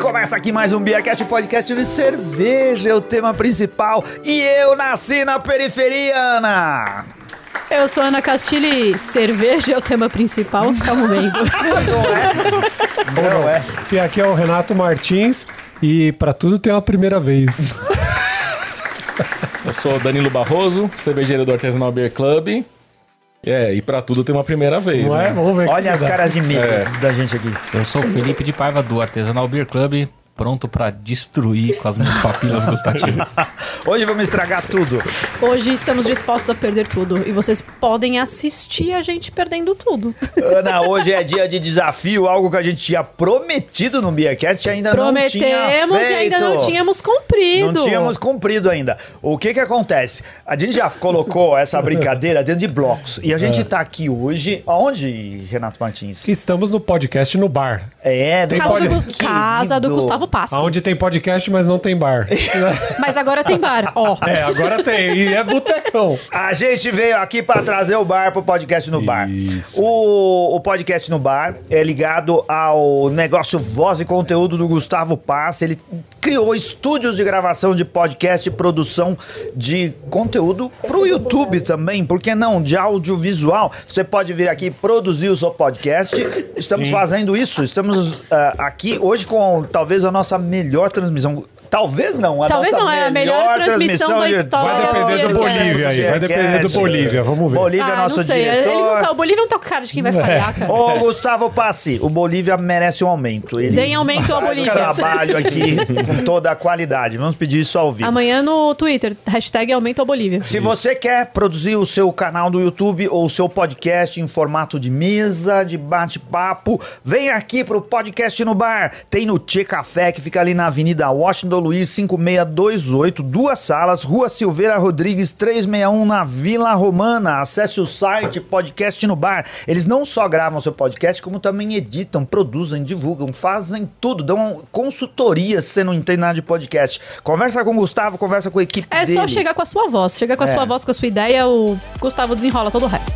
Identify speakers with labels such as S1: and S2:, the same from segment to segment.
S1: Começa aqui mais um BiaCast, podcast de cerveja, é o tema principal. E eu nasci na periferia, Ana.
S2: Eu sou Ana Castilho e cerveja é o tema principal, um salvo bem.
S1: Não é?
S3: E aqui é o Renato Martins e pra tudo tem uma primeira vez.
S4: Eu sou Danilo Barroso, cervejeiro do Artesanal Beer Club. É, e pra tudo tem uma primeira vez,
S3: Não
S4: né?
S3: é? Vamos ver.
S1: Olha
S3: que
S1: as
S3: dá.
S1: caras de medo
S4: É.
S1: da gente aqui.
S5: Eu sou o Felipe de Paiva do Artesanal Beer Club, pronto pra destruir com as minhas papilas gustativas.
S1: Hoje vamos estragar tudo.
S2: Hoje estamos dispostos a perder tudo. E vocês podem assistir a gente perdendo tudo.
S1: Ana, hoje é dia de desafio, algo que a gente tinha prometido no BiaCast e ainda não tinha
S2: Prometemos
S1: feito.
S2: e ainda não tínhamos cumprido.
S1: Não tínhamos cumprido ainda. O que que acontece? A gente já colocou essa brincadeira dentro de blocos. E a gente tá aqui hoje, aonde, Renato Martins?
S3: Estamos no podcast no bar.
S1: É, do
S2: Casa, do,
S1: Paulo
S2: Gu- casa do
S1: Querido.
S2: Gustavo Passi.
S3: Aonde tem podcast, mas não tem bar.
S2: Mas agora tem bar, ó.
S3: é, agora tem. E é botecão.
S1: A gente veio aqui para trazer o bar pro podcast no bar. O, o podcast no bar é ligado ao negócio voz e conteúdo do Gustavo Passa. Ele criou estúdios de gravação de podcast e produção de conteúdo pro YouTube também, por que não? De audiovisual. Você pode vir aqui produzir o seu podcast. Estamos fazendo isso. Estamos ah, aqui hoje com talvez a nossa melhor transmissão. Talvez não, a
S2: Talvez
S1: nossa
S2: não, é a melhor transmissão da
S1: de-
S2: história
S3: Vai depender do Bolívia aí. Vai depender do Bolívia. Vamos ver.
S1: Bolívia,
S2: ah,
S1: é nosso
S2: não sei.
S1: diretor. É.
S2: Ele não tá, o Bolívia não tá com cara de quem vai falhar, cara.
S1: Ô, Gustavo Passi, o Bolívia merece um aumento. Ele
S2: Deem aumento ao
S1: faz
S2: Bolívia.
S1: trabalho aqui com toda a qualidade. Vamos pedir isso ao vivo.
S2: Amanhã no Twitter, hashtag aumento ao Bolívia.
S1: Se você quer produzir o seu canal do YouTube ou o seu podcast em formato de mesa, de bate-papo, vem aqui pro Podcast no Bar. Tem no Tchê Café, que fica ali na Avenida Washington Luiz 5628, duas salas, Rua Silveira Rodrigues 361, na Vila Romana. Acesse o site Podcast no Bar. Eles não só gravam seu podcast, como também editam, produzem, divulgam, fazem tudo, dão consultoria se você não entende nada de podcast. Conversa com o Gustavo, conversa com a equipe
S2: É
S1: dele.
S2: só chegar com a sua voz. Chegar com a
S1: É.
S2: sua voz, com a sua ideia, o Gustavo desenrola todo o resto.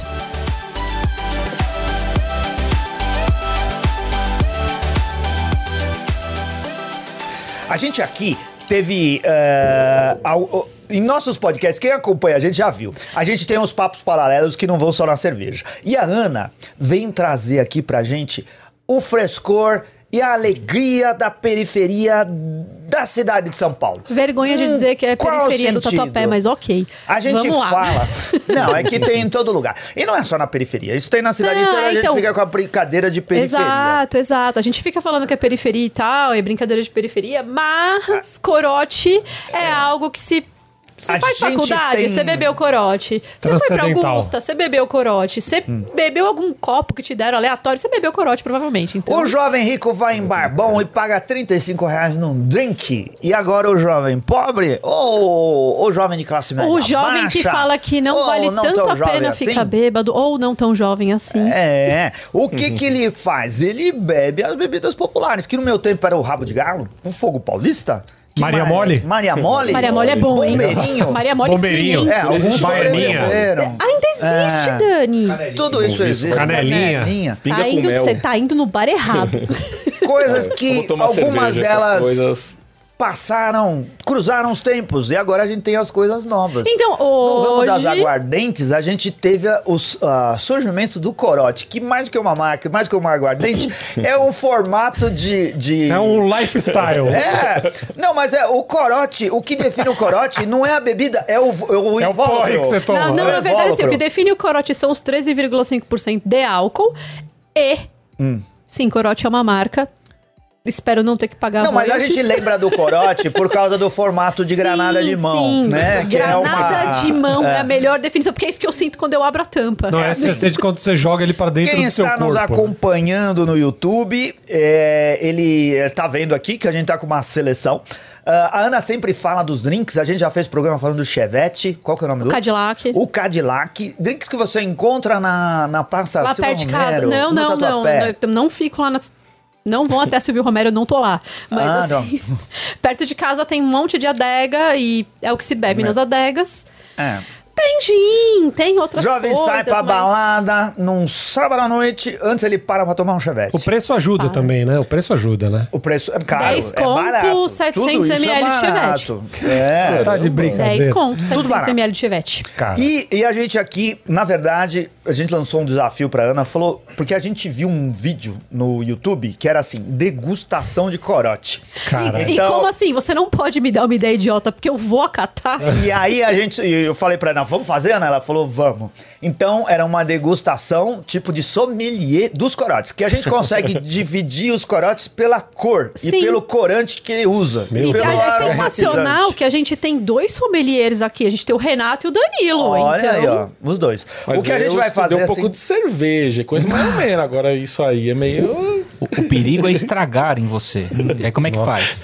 S1: A gente aqui teve. eh, ao- o- em nossos podcasts, quem acompanha a gente já viu. A gente tem uns papos paralelos que não vão só na cerveja. E a Ana vem trazer aqui pra gente o frescor e a alegria da periferia da cidade de São Paulo.
S2: Vergonha de dizer que é
S1: Hum, qual
S2: periferia do
S1: sentido?
S2: Tatuapé, mas ok.
S1: A gente
S2: Vamos lá.
S1: fala. Não, é que tem em todo lugar. E não é só na periferia. Isso tem na cidade
S2: Não,
S1: inteira. A gente
S2: então-
S1: fica com a brincadeira de periferia.
S2: Exato, exato. A gente fica falando que é periferia e tal, é brincadeira de periferia, mas corote é, algo que se. Você
S1: Ah. A
S2: faz
S1: gente
S2: faculdade,
S1: tem-
S2: você bebeu corote. Você foi pra
S3: Transcendental.
S2: Augusta, você bebeu corote. Você
S1: Hum.
S2: bebeu algum copo que te deram aleatório, você bebeu corote, provavelmente. Então,
S1: O jovem rico vai em barbão e paga 35 reais num drink. E agora o jovem pobre ou o jovem de classe média?
S2: O jovem que
S1: baixa?
S2: fala que não
S1: Ou
S2: vale
S1: não
S2: tanto
S1: tão
S2: a
S1: jovem
S2: pena
S1: assim?
S2: ficar bêbado, ou não tão jovem assim.
S1: É, o que que ele faz? Ele bebe as bebidas populares, que no meu tempo era o rabo de galo, o fogo paulista. que
S3: Maria Mole?
S1: Maria Mole?
S2: Maria Mole é bom, hein?
S1: Bombeirinho.
S2: Maria Mole sim,
S3: Bombeirinho.
S2: hein?
S1: É,
S3: Isso
S1: alguns
S3: existe. Baianinha.
S1: sobreviveram.
S2: Ainda existe,
S1: É.
S2: Dani.
S1: Tudo isso existe.
S3: Canelinha.
S4: Pinga
S2: tá
S4: com
S2: indo,
S4: mel.
S2: você tá indo no bar errado.
S1: Coisas
S4: É, Vou
S1: que
S4: tomar
S1: algumas
S4: cerveja, essas
S1: delas
S4: Coisas...
S1: passaram, cruzaram os tempos e agora a gente tem as coisas novas.
S2: Então,
S1: No ramo das
S2: hoje...
S1: aguardentes, a gente teve a- o s- a surgimento do corote, que mais que uma marca, mais que uma aguardente, é um formato de. de-
S3: É um lifestyle.
S1: É. Não, mas é o corote, o que define o corote não é a bebida, é o, o
S3: É o
S1: invólucro.
S3: porre que você toma.
S2: Não, não,
S1: É
S2: na verdade, assim, o que
S1: invólucro.
S2: define o corote são os 13,5% de álcool e...
S1: Hum.
S2: Sim, corote é uma marca. Espero não ter que pagar
S1: Não, mas a
S2: royalties.
S1: gente lembra do corote por causa do formato de granada de mão,
S2: sim.
S1: né? Que é uma-
S2: Granada de mão é. a melhor definição, porque é isso que eu sinto quando eu abro a tampa.
S3: Não é se você sente quando você joga ele pra dentro
S1: Quem
S3: do seu
S1: está
S3: corpo. né?
S1: nos acompanhando no YouTube, é, ele está vendo aqui que a gente está com uma seleção. Ah, a Ana sempre fala dos drinks, a gente já fez programa falando do Chevette. Qual que é o nome do?
S2: Cadillac.
S1: O Cadillac. Drinks que você encontra na, na Praça
S2: lá
S1: Silva
S2: Ah, perto de
S1: Romero, tá
S2: casa. Não,
S1: no
S2: não, não,
S1: Tatuapé.
S2: não. eu Não fico lá nas. Não vão até Silvio Romero, eu não tô lá. Mas
S1: Ah,
S2: assim,
S1: Né.
S2: perto de casa tem um monte de adega e é o que se bebe nas adegas.
S1: É.
S2: Tem Tem gin, tem outras
S1: Jovem
S2: coisas.
S1: sai pra
S2: mas-
S1: balada num sábado à noite, antes ele para pra tomar um chevette.
S3: O preço ajuda também, né? O preço ajuda, né?
S1: O preço é caro,
S2: 10
S1: é barato.
S2: conto, 700
S1: Tudo isso
S2: ml de
S1: é barato. É,
S3: Você tá de brincadeira.
S2: 10 conto,
S1: Tudo
S2: 700
S1: barato.
S2: ml de chevette.
S3: Cara.
S1: E, e a gente aqui, na verdade, a gente lançou um desafio pra Ana, falou, porque a gente viu um vídeo no YouTube que era assim, degustação de corote.
S3: Cara.
S2: E
S1: então
S2: como assim? Você não pode me dar uma ideia idiota porque eu vou acatar?
S1: E aí a gente, e eu falei pra Ana, vamos fazer, Ana? Ela falou, vamos. Então era uma degustação tipo de sommelier dos corotes, que a gente consegue dividir os corotes pela cor e
S2: Sim.
S1: pelo corante que usa.
S3: Meu
S1: e
S2: E,
S1: pelo
S2: cara, é
S1: aromatizante.
S2: sensacional que a gente tem dois sommeliers aqui. A gente tem o Renato e o Danilo.
S1: Olha
S2: então,
S1: aí, ó, os dois.
S4: Mas
S1: o que a
S4: eu
S1: gente vai
S4: estudei
S1: fazer
S4: um pouco
S1: assim,
S4: de cerveja, coisa mais ou menos. Agora isso aí é meio...
S5: O, o perigo é estragar em você. E aí como é que faz?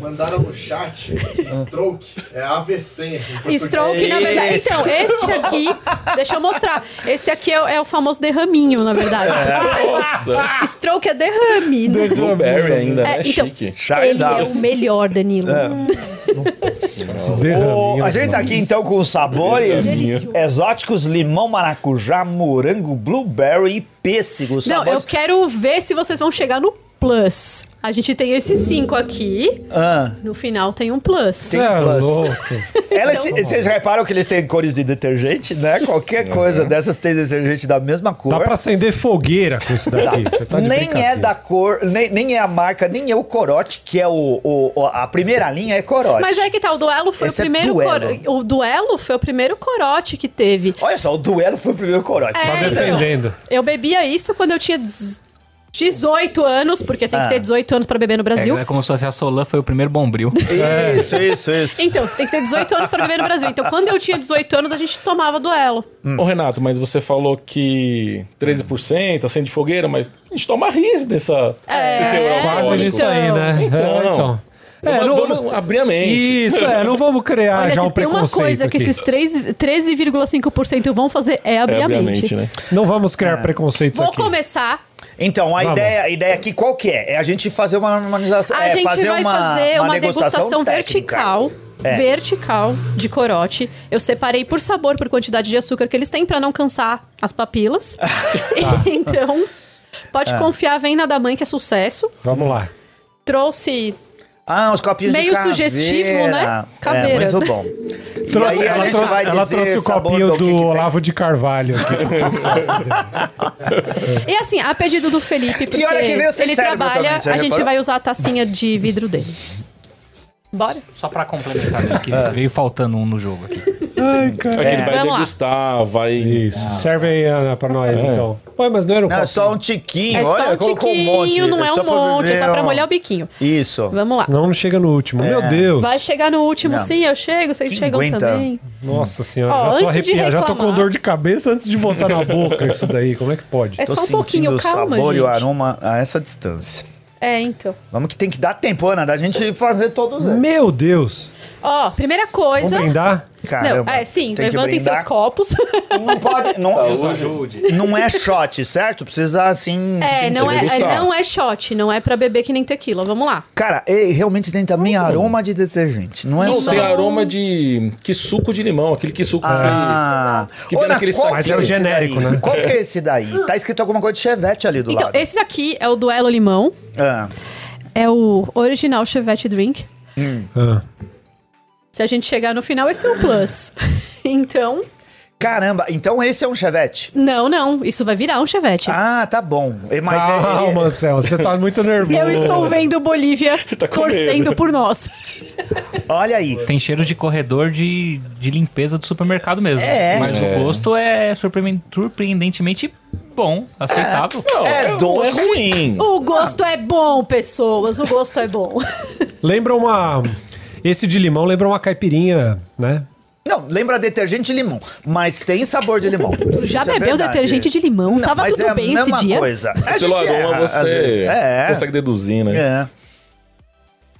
S6: Mandaram no chat que stroke é AVC. em português.
S2: Stroke, na verdade.
S1: Isso.
S2: Então, este aqui, deixa eu mostrar. Esse aqui é, o- é o famoso derraminho, na verdade.
S1: É.
S4: Nossa!
S2: Stroke é derrame. não-
S4: Blueberry ainda,
S2: É,
S4: né?
S2: então,
S4: Chique.
S1: Charles É,
S2: ele é
S1: Alves.
S2: o melhor, Danilo.
S1: Ô,
S3: Derraminho,
S1: a gente tá aqui então com os sabores
S2: Delicioso.
S1: exóticos: limão, maracujá, morango, blueberry e pêssego. Os
S2: Não, eu
S1: sabores...
S2: quero ver se vocês vão chegar no plus. A gente tem esses cinco aqui.
S1: Ah,
S2: No final tem um plus.
S3: Você é
S1: plus.
S3: louco.
S1: elas-
S2: um
S1: Vocês reparam que eles têm cores de detergente, né? Qualquer coisa dessas tem detergente da mesma cor.
S3: É. Dá pra acender fogueira com isso daqui. Você tá de
S1: nem é
S3: brincadeira.
S1: da cor, nem, nem é a marca, nem é o corote, que é o. o- o- a primeira linha é corote.
S2: Mas é que tá, o duelo foi
S1: Esse
S2: o
S1: é
S2: primeiro
S1: duelo.
S2: coro- O duelo foi o primeiro corote que teve.
S1: Olha só, o duelo foi o primeiro corote.
S2: É,
S3: Tá defendendo.
S2: Eu bebia isso quando eu tinha dez- 18 anos, porque tem
S1: Ah.
S2: que ter 18 anos pra beber no Brasil.
S5: É, é como se fosse a Solan foi o primeiro bombril.
S1: É
S3: é.
S1: Isso, isso, isso.
S2: Então, você tem que ter 18 anos pra beber no Brasil. Então, quando eu tinha 18 anos, a gente tomava duelo.
S3: Hum.
S4: Ô, Renato, mas você falou que 13% acende fogueira, mas a gente toma risco dessa...
S2: É,
S4: esse teor
S3: Quase
S4: alcoólico.
S3: nisso aí, né?
S4: Então.
S3: É, então.
S4: Vamos,
S3: É, não-
S4: vamos abrir a mente.
S3: Isso, é, não vamos criar
S2: Olha,
S3: já um
S2: se tem uma
S3: preconceito
S2: coisa que
S3: aqui.
S2: esses três- 13,5% vão fazer é abrir
S4: É,
S2: a mente.
S4: obviamente, né?
S3: Não vamos
S1: É.
S3: criar preconceitos
S2: Vou
S3: aqui.
S2: começar.
S1: Então, a
S3: Vamos.
S1: ideia, a ideia aqui qual que é? É a gente fazer uma harmonização,
S2: A
S1: é,
S2: gente
S1: fazer
S2: vai
S1: uma,
S2: fazer uma, degustação
S1: técnica.
S2: vertical. Vertical de corote. Eu separei por sabor, por quantidade de açúcar que eles têm pra não cansar as papilas. então, pode confiar, vem na da mãe que é sucesso.
S3: Vamos lá.
S2: Trouxe
S1: Ah, uns copinhos de
S2: Meio
S1: caveira.
S2: sugestivo, né? Caveira.
S1: É, muito bom. E
S3: Trouxe-
S1: aí a
S3: ela
S1: gente
S3: trouxe,
S1: vai
S3: ela
S1: dizer
S3: trouxe o
S1: sabor
S3: copinho do,
S1: que que tem.
S3: Olavo de Carvalho. aqui.
S2: E assim, a pedido do Felipe, porque
S1: olha que veio sem
S2: ele
S1: cérebro
S2: trabalha,
S1: também, você
S2: a gente
S1: reparou?
S2: vai usar a tacinha de vidro dele. Bora?
S5: Só pra complementar, mesmo, que
S1: É.
S5: veio faltando um no jogo aqui.
S3: Ai, cara.
S4: É que ele vai
S2: Vamos lá.
S4: degustar, vai...
S3: Isso. Serve aí, Ana, pra nós, então. Ué, mas não era um
S1: É. Não, é
S3: copo.
S1: só um tiquinho.
S2: É
S1: olha,
S2: só um
S1: colocou
S2: tiquinho,
S1: um monte.
S2: não é um
S1: pra
S2: monte, é
S1: beber
S2: só pra
S1: um-
S2: molhar o biquinho.
S1: Isso.
S2: Vamos lá.
S3: Senão não chega no último.
S1: É.
S3: Meu Deus.
S2: Vai chegar no último,
S1: Não.
S2: sim, eu chego, vocês
S1: Quem
S2: chegam
S1: aguenta?
S2: também.
S3: Nossa senhora,
S2: Ó,
S3: já tô
S2: antes de
S3: arrepiado. Já tô com
S2: reclamar-
S3: dor de cabeça antes de botar na boca isso daí. Como é que pode?
S2: É
S1: Tô
S2: só um
S1: sentindo
S2: pouquinho,
S1: o
S2: calma,
S1: sabor e o
S2: gente.
S1: aroma a essa distância.
S2: É, então.
S1: Vamos que tem que dar tempo, Ana, da gente fazer todos eles.
S3: Meu Deus.
S2: Ó, primeira
S3: Vamos
S1: é um
S2: coisa.
S3: brindar?
S1: Caramba.
S2: não, é,
S1: tem
S2: sim,
S1: que
S2: levantem
S1: brindar.
S2: seus copos.
S1: Não pode... Não,
S5: ajude.
S1: não é shot, certo? Precisa, assim...
S2: é, não é, é,
S1: degustar.
S2: não é shot, não é pra beber que nem tequila. Vamos lá.
S1: Cara, e realmente tem também aroma de detergente. Não é
S4: Não,
S1: só...
S4: tem aroma de... Que suco de limão, aquele que suco...
S1: Ah,
S4: Que tem
S1: Ô, Ana,
S4: naquele
S1: qual
S4: saquinho.
S1: que
S3: Mas é o
S1: esse
S3: genérico,
S1: daí?
S3: né?
S1: Qual que é esse daí? Tá escrito alguma coisa de chevette ali do
S2: Então,
S1: lado.
S2: esse aqui é o Duelo Limão.
S1: Ah,
S2: É o original Chevette Drink.
S3: Ah.
S2: Se a gente chegar no final, esse é o plus. então,
S1: Caramba, então esse é um chevette?
S2: não, não. Isso vai virar um Chevette.
S1: Ah, tá bom. É, Mas é-
S3: Calma,
S1: ele-
S3: Anselmo, você tá muito nervoso.
S2: Eu estou vendo Bolívia
S4: com
S2: torcendo por nós.
S1: é- olha aí.
S5: Tem cheiro de corredor de, de limpeza do supermercado mesmo.
S1: É.
S5: Mas
S4: É.
S5: o gosto é surpreendem- surpreendentemente bom, aceitável.
S4: Não,
S1: É
S4: não
S1: doce.
S4: É ruim.
S2: O gosto é bom, pessoas. O gosto é bom.
S3: Lembra uma. Esse de limão lembra uma caipirinha, né?
S1: Não, lembra detergente e limão, mas tem sabor de limão.
S2: Já
S1: Isso é
S2: bebeu
S1: verdade.
S2: detergente de limão? Tava
S1: mas
S2: tudo
S1: é a
S2: bem
S1: mesma
S2: esse dia?
S1: Coisa. A gente
S4: Pelo aroma
S1: erra, às
S4: você
S1: vezes. É.
S4: consegue deduzir, né?
S1: É.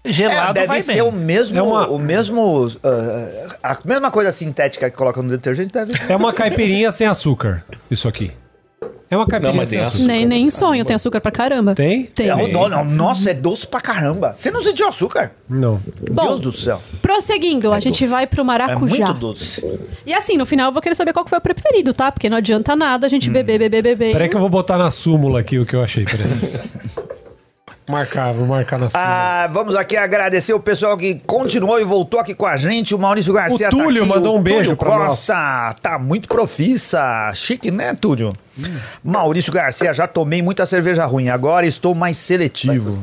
S1: É,
S5: Gelado
S1: deve
S5: vai
S1: ser
S5: bem.
S1: o mesmo,
S3: É uma-
S1: o mesmo, ah, a mesma coisa sintética que coloca no detergente deve.
S3: É uma caipirinha sem açúcar, isso aqui. É uma caipirinha
S4: Não, mas
S3: sem
S4: tem
S3: açúcar.
S4: açúcar.
S2: Nem, nem em sonho, tem açúcar pra caramba.
S3: Tem?
S2: Tem.
S1: É, o dó- não, nossa, é doce pra caramba. Você não sentiu açúcar?
S3: Não.
S1: Deus do céu.
S2: Prosseguindo, a gente vai pro
S1: É
S2: maracujá.
S1: muito doce.
S2: e assim, no final eu vou querer saber qual que foi o preferido, tá? Porque não adianta nada a
S1: Hum.
S2: gente beber, beber, beber.
S3: Peraí que eu vou botar na súmula aqui o que eu achei, peraí. marcar, vou marcar na súmula.
S1: Ah, vamos aqui agradecer o pessoal que continuou e voltou aqui com a gente. O Maurício Garcia tá
S3: Túlio
S1: aqui,
S3: mandou um beijo
S1: Túlio
S3: pra nós.
S1: Costa. Tá muito profissa. Chique, né, Túlio? Maurício Garcia, já tomei muita cerveja ruim. Agora estou mais seletivo.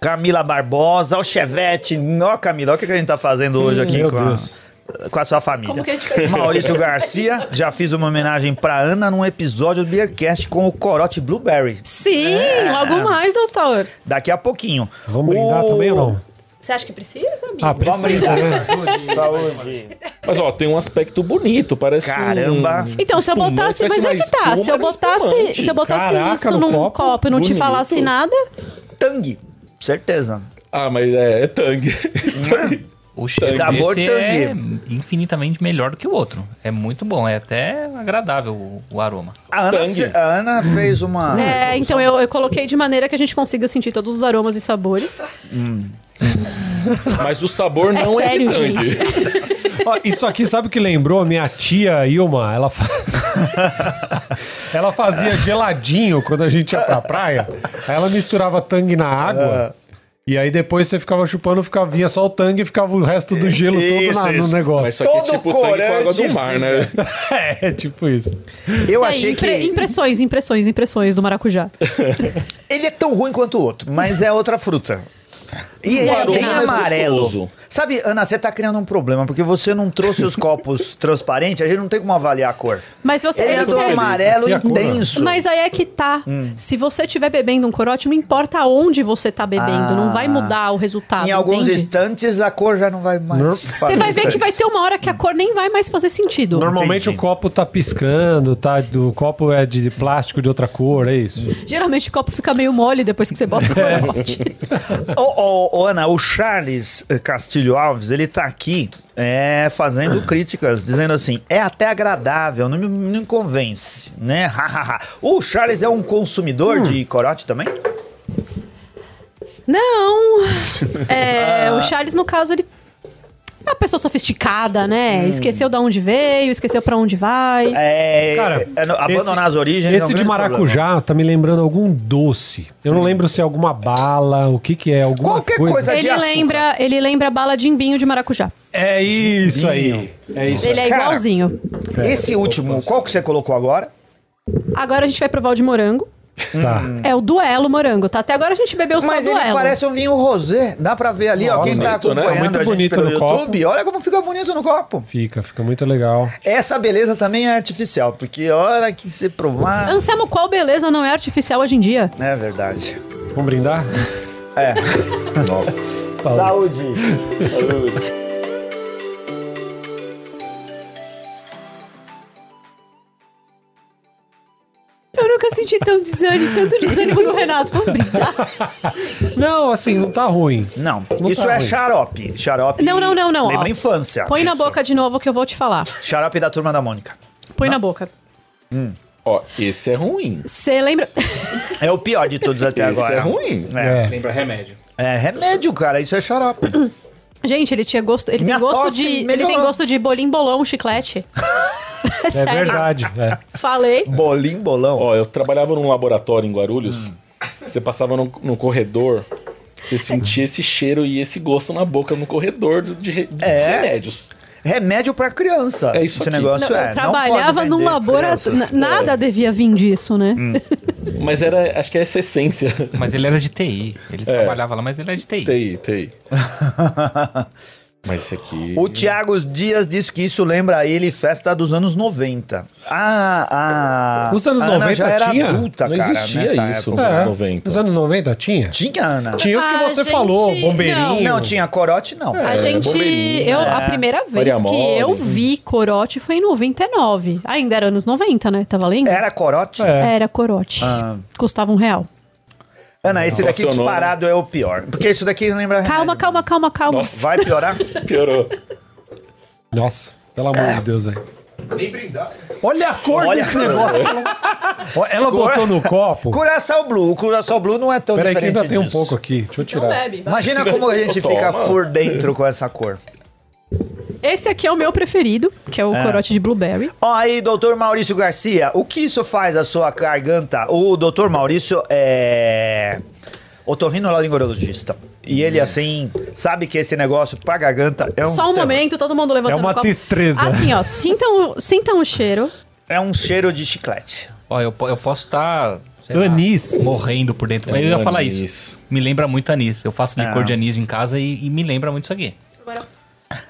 S1: Camila Barbosa, o Chevette. Ó, Camila, olha o que que a gente tá fazendo hoje aqui
S3: Hum, meu
S1: com a,
S3: Deus.
S1: com a sua família.
S2: Como que é a gente fez?
S1: Maurício Garcia, já fiz uma homenagem pra Ana num episódio do Beercast com o Corote Blueberry.
S2: Sim,
S1: É.
S2: logo mais, doutor.
S1: Daqui a pouquinho.
S3: Vamos brindar
S1: Ah, O-
S3: também ou não?
S2: Você acha que precisa, amigo?
S3: Ah, precisa, né?
S4: Mas ó, tem um aspecto bonito, parece um-
S1: Caramba.
S2: Então, se eu
S4: espumante,
S2: botasse.
S4: parece
S2: Mas é
S4: uma
S2: que tá.
S4: espuma,
S2: Se eu
S4: era um
S2: botasse,
S4: espumante.
S2: se eu botasse
S3: Caraca,
S2: isso
S3: no
S2: num
S3: copo,
S2: copo e não te
S4: bonito.
S2: falasse nada.
S1: Tang. Certeza.
S4: Ah, mas é, é tangue.
S1: Hum.
S4: Isso aí.
S5: O cheiro
S1: Sabor
S5: desse é
S1: tangue.
S5: infinitamente melhor do que o outro. É muito bom, é até agradável o, o aroma.
S1: A Ana,
S4: Tang.
S1: a Ana fez
S4: Ah,
S1: uma.
S2: É, então eu, eu coloquei de maneira que a gente consiga sentir todos os aromas e sabores.
S4: Mas o sabor
S2: É
S4: não é,
S2: sério,
S4: de tangue.
S2: gente.
S3: Ó, isso aqui sabe o que lembrou? A minha tia Ilma, ela, fa- ela fazia geladinho quando a gente ia pra praia. Aí ela misturava tangue na água. E aí depois você ficava chupando, ficava, vinha só o tangue e ficava o resto do gelo todo na-
S1: Isso, isso.
S3: no
S4: Mas isso
S3: negócio.
S4: aqui é
S1: Todo
S4: tipo tangue com água
S1: corante
S4: do mar, né?
S3: É, tipo isso.
S1: Eu
S2: E aí,
S1: achei que.
S2: É, impre- Impressões, impressões, impressões do maracujá.
S1: Ele é tão ruim quanto o outro, mas é outra fruta. E ele é
S2: aroma
S1: bem
S2: é mais
S1: amarelo.
S4: gostoso.
S1: Sabe, Ana, você tá criando um problema, porque você não trouxe os copos transparentes, a gente não tem como avaliar a cor.
S2: Mas você.
S1: Ele é do
S2: você-
S1: amarelo
S3: E a cor?
S1: intenso.
S2: Mas aí é que tá.
S4: Hum.
S2: Se você estiver bebendo um corote, não importa onde você tá bebendo, não
S4: Ah.
S2: vai mudar o resultado.
S1: em alguns
S2: entende?
S1: instantes a cor já não vai mais.
S2: Você vai ver que vai ter uma hora que a cor nem vai mais fazer sentido.
S3: Normalmente
S1: Entendi.
S3: o copo tá piscando, tá? O copo é de plástico de outra cor, é isso.
S2: Geralmente o copo fica meio mole depois que você bota o
S4: É.
S2: corote.
S1: Ô, ô, ô, Ana, o Charles eh, Castilho Alves, ele tá aqui é, fazendo críticas, dizendo assim, é até agradável, não me, não convence, né? Ha, ha, ha. o Charles é um consumidor
S3: Hum.
S1: de corote também?
S2: Não. É,
S1: Ah.
S2: O Charles, no caso, ele é uma pessoa sofisticada, né? Esqueceu de onde veio, esqueceu pra onde vai.
S1: Hum. É,
S3: Cara,
S1: é no- abandonar as origens. é um
S3: Esse de
S1: grande
S3: maracujá tá me lembrando algum doce. Eu não lembro se é alguma bala, o que que é, alguma
S1: Qualquer
S3: coisa.
S1: coisa- de
S2: Ele
S1: açúcar.
S2: lembra, ele lembra a bala de imbinho de maracujá.
S3: É isso aí. É isso. É.
S2: Ele é
S1: Cara.
S2: igualzinho.
S1: problema. Esse último, qual que você colocou agora?
S2: Agora a gente vai provar o de morango.
S3: Tá.
S1: Hum.
S2: É o duelo morango, tá? Até agora a gente bebeu só
S1: Mas
S2: o
S1: ele
S2: duelo.
S1: parece um vinho rosé. Dá pra ver ali, ó,
S3: Nossa,
S1: quem tá
S4: bonito, né?
S1: acompanhando
S3: Muito
S1: a gente
S3: bonito
S1: pelo
S3: no copo.
S1: YouTube. Olha como fica bonito no copo.
S3: Fica, fica muito legal.
S1: Essa beleza também é artificial, porque a hora que você provar...
S2: Anselmo, qual beleza não é artificial hoje em dia?
S1: É verdade.
S3: Vamos brindar?
S1: É.
S2: Eu nunca senti tão desânimo, tanto desânimo no Renato. Vamos brindar.
S3: Não, assim, não tá ruim.
S1: Não,
S3: Não
S1: isso
S3: tá
S1: é
S3: ruim.
S1: xarope. Xarope.
S2: Não, não, não, não,
S1: Lembra
S2: ó.
S1: infância.
S2: Põe na boca de novo que eu vou te falar.
S1: Xarope da turma da Mônica.
S2: Põe na boca.
S4: Ó, esse é ruim.
S2: Você lembra.
S1: É o pior de todos até
S4: Esse
S1: agora.
S4: é ruim.
S1: É.
S5: Lembra remédio.
S1: É remédio, cara. Isso é xarope.
S2: Gente, ele tinha gosto. Ele
S1: Minha
S2: tem gosto
S1: tosse
S2: de. Ele tem
S1: melhorou.
S2: gosto de bolim bolão, um chiclete. é
S3: É
S2: sério.
S3: verdade. é.
S2: Falei.
S1: Bolim, bolão.
S4: Ó, eu trabalhava num laboratório em Guarulhos. Você passava no, no corredor, você sentia esse cheiro e esse gosto na boca no corredor do- de, re- dos
S1: É.
S4: remédios.
S1: Remédio pra criança.
S4: É isso
S1: Esse
S4: aqui.
S1: negócio
S2: Não,
S1: é.
S2: eu
S1: não
S2: trabalhava
S1: pode
S2: num
S1: vender
S2: laboratório.
S1: crianças. Hum.
S2: Nada
S4: É.
S2: devia vir disso, né?
S4: Mas era, acho que é essa essência.
S5: Mas ele era de TI. Ele
S1: É.
S5: trabalhava lá, mas ele era de TI.
S4: TI, TI. Mas esse aqui.
S1: O Thiago Dias diz que isso lembra a ele festa dos anos 90. Ah, ah.
S3: Os anos
S1: a Ana
S3: 90
S1: já era
S3: tinha?
S1: adulta,
S4: Não
S1: cara.
S4: existia
S1: nessa
S4: isso.
S1: época.
S4: Nos anos
S3: É.
S4: 90.
S3: Nos anos 90 tinha?
S1: Tinha, Ana?
S3: Tinha os que
S2: Ah,
S3: você
S2: gente,
S3: falou,
S2: não.
S3: bombeirinho.
S1: Não, tinha corote, não.
S2: A gente.
S4: Bombeirinho,
S2: Eu,
S1: É.
S2: a primeira vez
S4: Faria
S2: que
S4: mole.
S2: eu vi corote foi em 99. Ainda era anos 90, né? Tá valendo?
S1: Era corote?
S3: É.
S2: Era corote.
S1: Ah.
S2: Custava um real.
S1: Ana, esse daqui
S4: Funcionou,
S3: né?
S1: disparado é o pior. Porque isso daqui lembra.
S2: Calma,
S1: remédio.
S2: calma, calma, calma.
S4: Nossa.
S1: Vai piorar?
S4: Piorou.
S3: Nossa, pelo amor de Deus, velho.
S6: Nem brindar. né?
S3: Olha a cor
S1: Olha
S3: desse negócio. Ó, Ela botou no copo.
S1: Curaçao Blue. O Curaçao Blue não é tão
S3: Peraí, que
S1: diferente
S3: ainda tem um
S1: disso.
S3: pouco aqui. Deixa eu
S2: Não
S3: tirar.
S2: bebe. vai.
S1: Imagina como a gente
S4: Toma.
S1: fica por dentro com essa cor.
S2: Esse aqui é o meu preferido, que é o corote de blueberry.
S1: Ó, aí, doutor Maurício Garcia, o que isso faz à sua garganta? O doutor Maurício é otorrinolaringologista. E
S3: É.
S1: ele, assim, sabe que esse negócio pra garganta é um,
S2: Só um momento, todo mundo levantando
S3: É uma
S2: o copo.
S3: tristeza.
S2: Assim, ó, sintam, sintam o cheiro.
S1: é um cheiro de chiclete.
S5: Ó, eu, po- eu posso tá, estar.
S3: Anis.
S1: Ah.
S5: morrendo por dentro. Mas eu
S4: É,
S5: ia falar isso. Me lembra muito anis. Eu faço licor
S1: Ah.
S5: de anis em casa e, e me lembra muito isso aqui.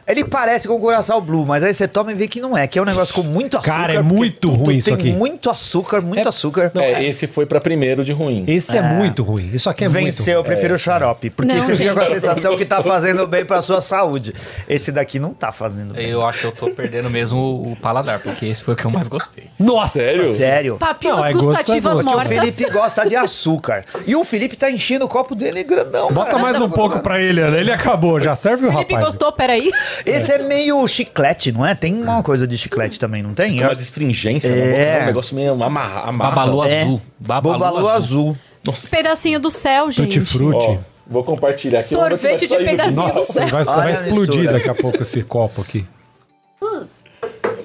S1: Ele parece com o Curaçao Blue, mas aí você toma e vê que não é, que é um negócio com muito açúcar.
S3: Cara, é
S1: porque
S3: muito
S1: tu- tu
S3: ruim isso
S1: tem
S3: aqui.
S1: muito açúcar, muito açúcar.
S4: É, esse foi pra primeiro de ruim.
S3: Esse é. muito ruim. Isso aqui é
S1: Ah. Venceu, eu
S3: muito ruim.
S1: prefiro o xarope. Porque
S2: Não,
S1: você fica
S2: gente.
S1: com a sensação que tá fazendo bem pra sua saúde. Esse daqui não tá fazendo bem.
S5: Eu acho que eu tô perdendo mesmo o, o paladar, porque esse foi o que eu mais gostei.
S3: Nossa!
S4: Sério?
S1: Sério.
S2: Papilas
S3: Não, é gosto, é
S2: gustativas
S3: gosto.
S1: O
S2: mortas.
S1: Felipe gosta de açúcar. E o Felipe tá enchendo o copo dele grandão.
S3: Bota
S1: cara.
S3: mais um pouco pra ele, Ana. Ele acabou. Já serve o
S2: Felipe
S3: rapaz.
S2: gostou, peraí.
S1: Esse é meio chiclete, não é? Tem uma coisa de chiclete também, não tem?
S4: Tem É uma destringência na boca,
S1: É.
S4: né? um negócio meio amarra, amarra.
S5: Babalu
S1: É.
S5: azul. Babalu,
S1: Bobalô
S5: azul.
S1: azul.
S2: Pedacinho do céu, gente.
S3: Tutti frutti.
S4: Ó, vou compartilhar aqui. vamos ver o que vai
S2: Sorvete de
S4: sair do-
S2: pedacinho.
S3: Nossa, vai,
S1: Olha a
S3: vai explodir
S1: mistura.
S3: daqui a pouco esse copo aqui.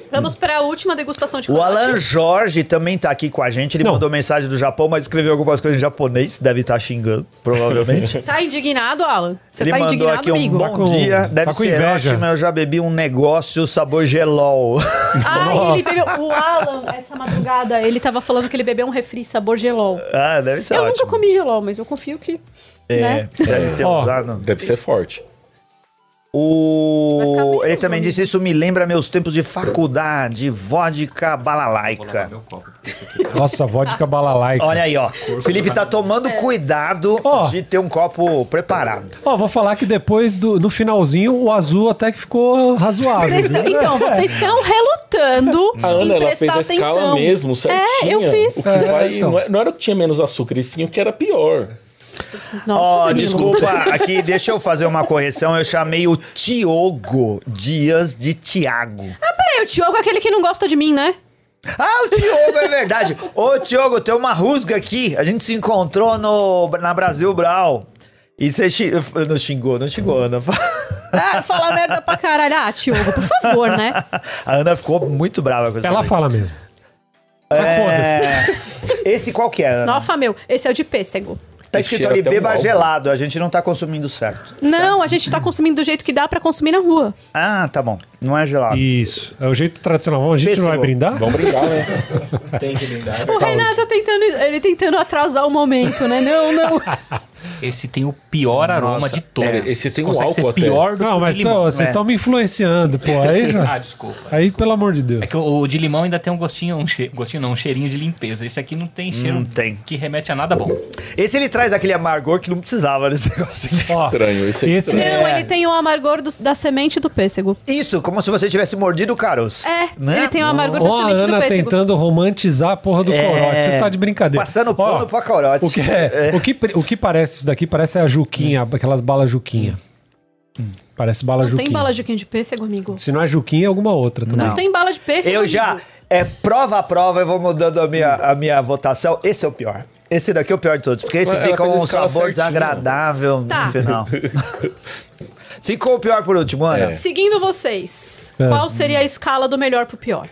S2: Vamos para a última degustação de
S1: O
S2: corote.
S1: Alan Jorge também tá aqui com a gente. Ele
S3: Não.
S1: mandou mensagem do Japão, mas escreveu algumas coisas em japonês. Deve estar xingando, provavelmente.
S2: Tá indignado, Alan? Você
S1: Ele
S2: tá
S1: mandou
S2: indignado,
S1: aqui um
S2: amigo?
S1: bom
S3: com-
S1: dia.
S3: tá
S1: Deve
S3: com
S1: ser
S3: inveja.
S1: ótimo. Eu já bebi um negócio sabor gelol.
S2: Ai, ele bebeu... O Alan, essa madrugada, ele tava falando que ele bebeu um refri sabor gelol.
S1: ah, deve ser
S2: eu
S1: ótimo.
S2: nunca comi gelol, mas eu confio que...
S1: É,
S2: né?
S1: deve ter
S3: Ó.
S1: usado.
S4: Deve ser forte.
S2: Vai ficar
S1: O...
S2: bem
S1: Ele
S2: os
S1: também
S2: nomes.
S1: disse, isso me lembra meus tempos de faculdade, vodka balalaica.
S5: Meu copo.
S3: Nossa, vodka balalaica.
S1: Olha aí, ó. Felipe tá
S2: É.
S1: tomando cuidado
S3: Ó.
S1: de ter um copo preparado.
S3: Ó, vou falar que depois, do, no finalzinho, o azul até que ficou razoável.
S2: Vocês
S3: viu?
S2: tão- então, vocês estão relutando
S4: A Ana,
S2: em
S4: ela fez
S2: prestar
S4: a escala
S2: atenção.
S4: mesmo, certinha.
S2: É, eu fiz.
S4: O que
S3: É,
S4: vai,
S3: então.
S4: não, é- não era o que tinha menos açúcar, e sim o que era pior.
S2: Nossa,
S1: Ó,
S2: Danilo.
S1: desculpa, aqui, deixa eu fazer uma correção. Eu chamei o Tiogo Dias de Tiago.
S2: Peraí, o Diogo é aquele que não gosta de mim, né?
S1: Ah, o Tiogo, é verdade. Ô, Tiogo, tem uma rusga aqui. A gente se encontrou no, na Brasil Brau. E você xi- não xingou, não xingou, Ana.
S2: Ah, fala merda pra caralho. Ah, Diogo, por favor, né?
S1: A Ana ficou muito brava com isso.
S3: É, Ela
S1: também.
S3: fala mesmo. Mas
S1: É.
S3: foda-se.
S1: Esse qual que é, Ana?
S2: Nossa, meu, esse é o de pêssego.
S1: Tá
S4: Que
S1: escrito
S4: cheira
S1: ali,
S4: até um
S1: beba
S4: álcool.
S1: gelado. A gente não tá consumindo certo.
S2: Não, a gente tá consumindo do jeito que dá pra consumir na rua.
S1: Ah, tá bom. Não é gelado.
S3: Isso. É o jeito tradicional. A gente não vai
S1: Pêssego.
S3: brindar?
S4: Vamos brindar, né? Tem que brindar.
S2: O Renato tá tentando, ele tentando atrasar o momento, né? Não, não.
S5: Esse tem o pior aroma de todos.
S4: É, esse tem um
S5: Consegue ser
S4: álcool até.
S5: pior do que
S3: Não,
S5: o
S3: mas
S5: de
S3: pô,
S5: limão.
S1: É.
S3: vocês estão me influenciando, pô. Aí já.
S5: Ah, desculpa.
S3: Aí, pelo amor de Deus.
S5: É que o, o de limão ainda tem um gostinho, um che- gostinho não, um cheirinho de limpeza. Esse aqui não
S4: Hum,
S5: tem cheiro
S1: Não tem.
S5: que remete a nada bom.
S1: Esse ele traz aquele amargor que não precisava desse negócio.
S3: Ó,
S4: Estranho, esse é
S3: Esse-
S4: estranho.
S2: Não, ele tem o amargor do- da semente do pêssego.
S1: Isso, como se você tivesse mordido o né? caroço.
S2: É, ele tem o amargor
S3: Ó,
S2: da
S3: a
S2: semente do
S3: Ana
S2: pêssego.
S3: tentando romantizar a porra do
S1: É.
S3: corote. Você tá de brincadeira.
S1: Passando
S3: Ó,
S1: pano pra corote.
S3: O que, é, O, que, pre- o que parece isso daqui parece a Juquinha, aquelas balas Juquinha. Parece bala
S2: Não
S3: Juquinha.
S2: tem bala de quinho de pêssego, amigo?
S3: Se não é Juquinha, é alguma outra também.
S2: Não tem bala de pêssego.
S1: Eu
S2: amigo.
S1: já, é prova a prova, eu vou mudando a minha, a minha votação. Esse é o pior. Esse daqui é o pior de todos, porque esse
S4: Ela
S1: fica
S4: fez a
S1: um
S4: escala
S1: sabor
S4: certinho.
S1: desagradável
S2: Tá.
S1: no final. Ficou o pior por último, Ana.
S4: É.
S2: Seguindo vocês,
S3: É.
S2: qual seria a escala do melhor pro pior?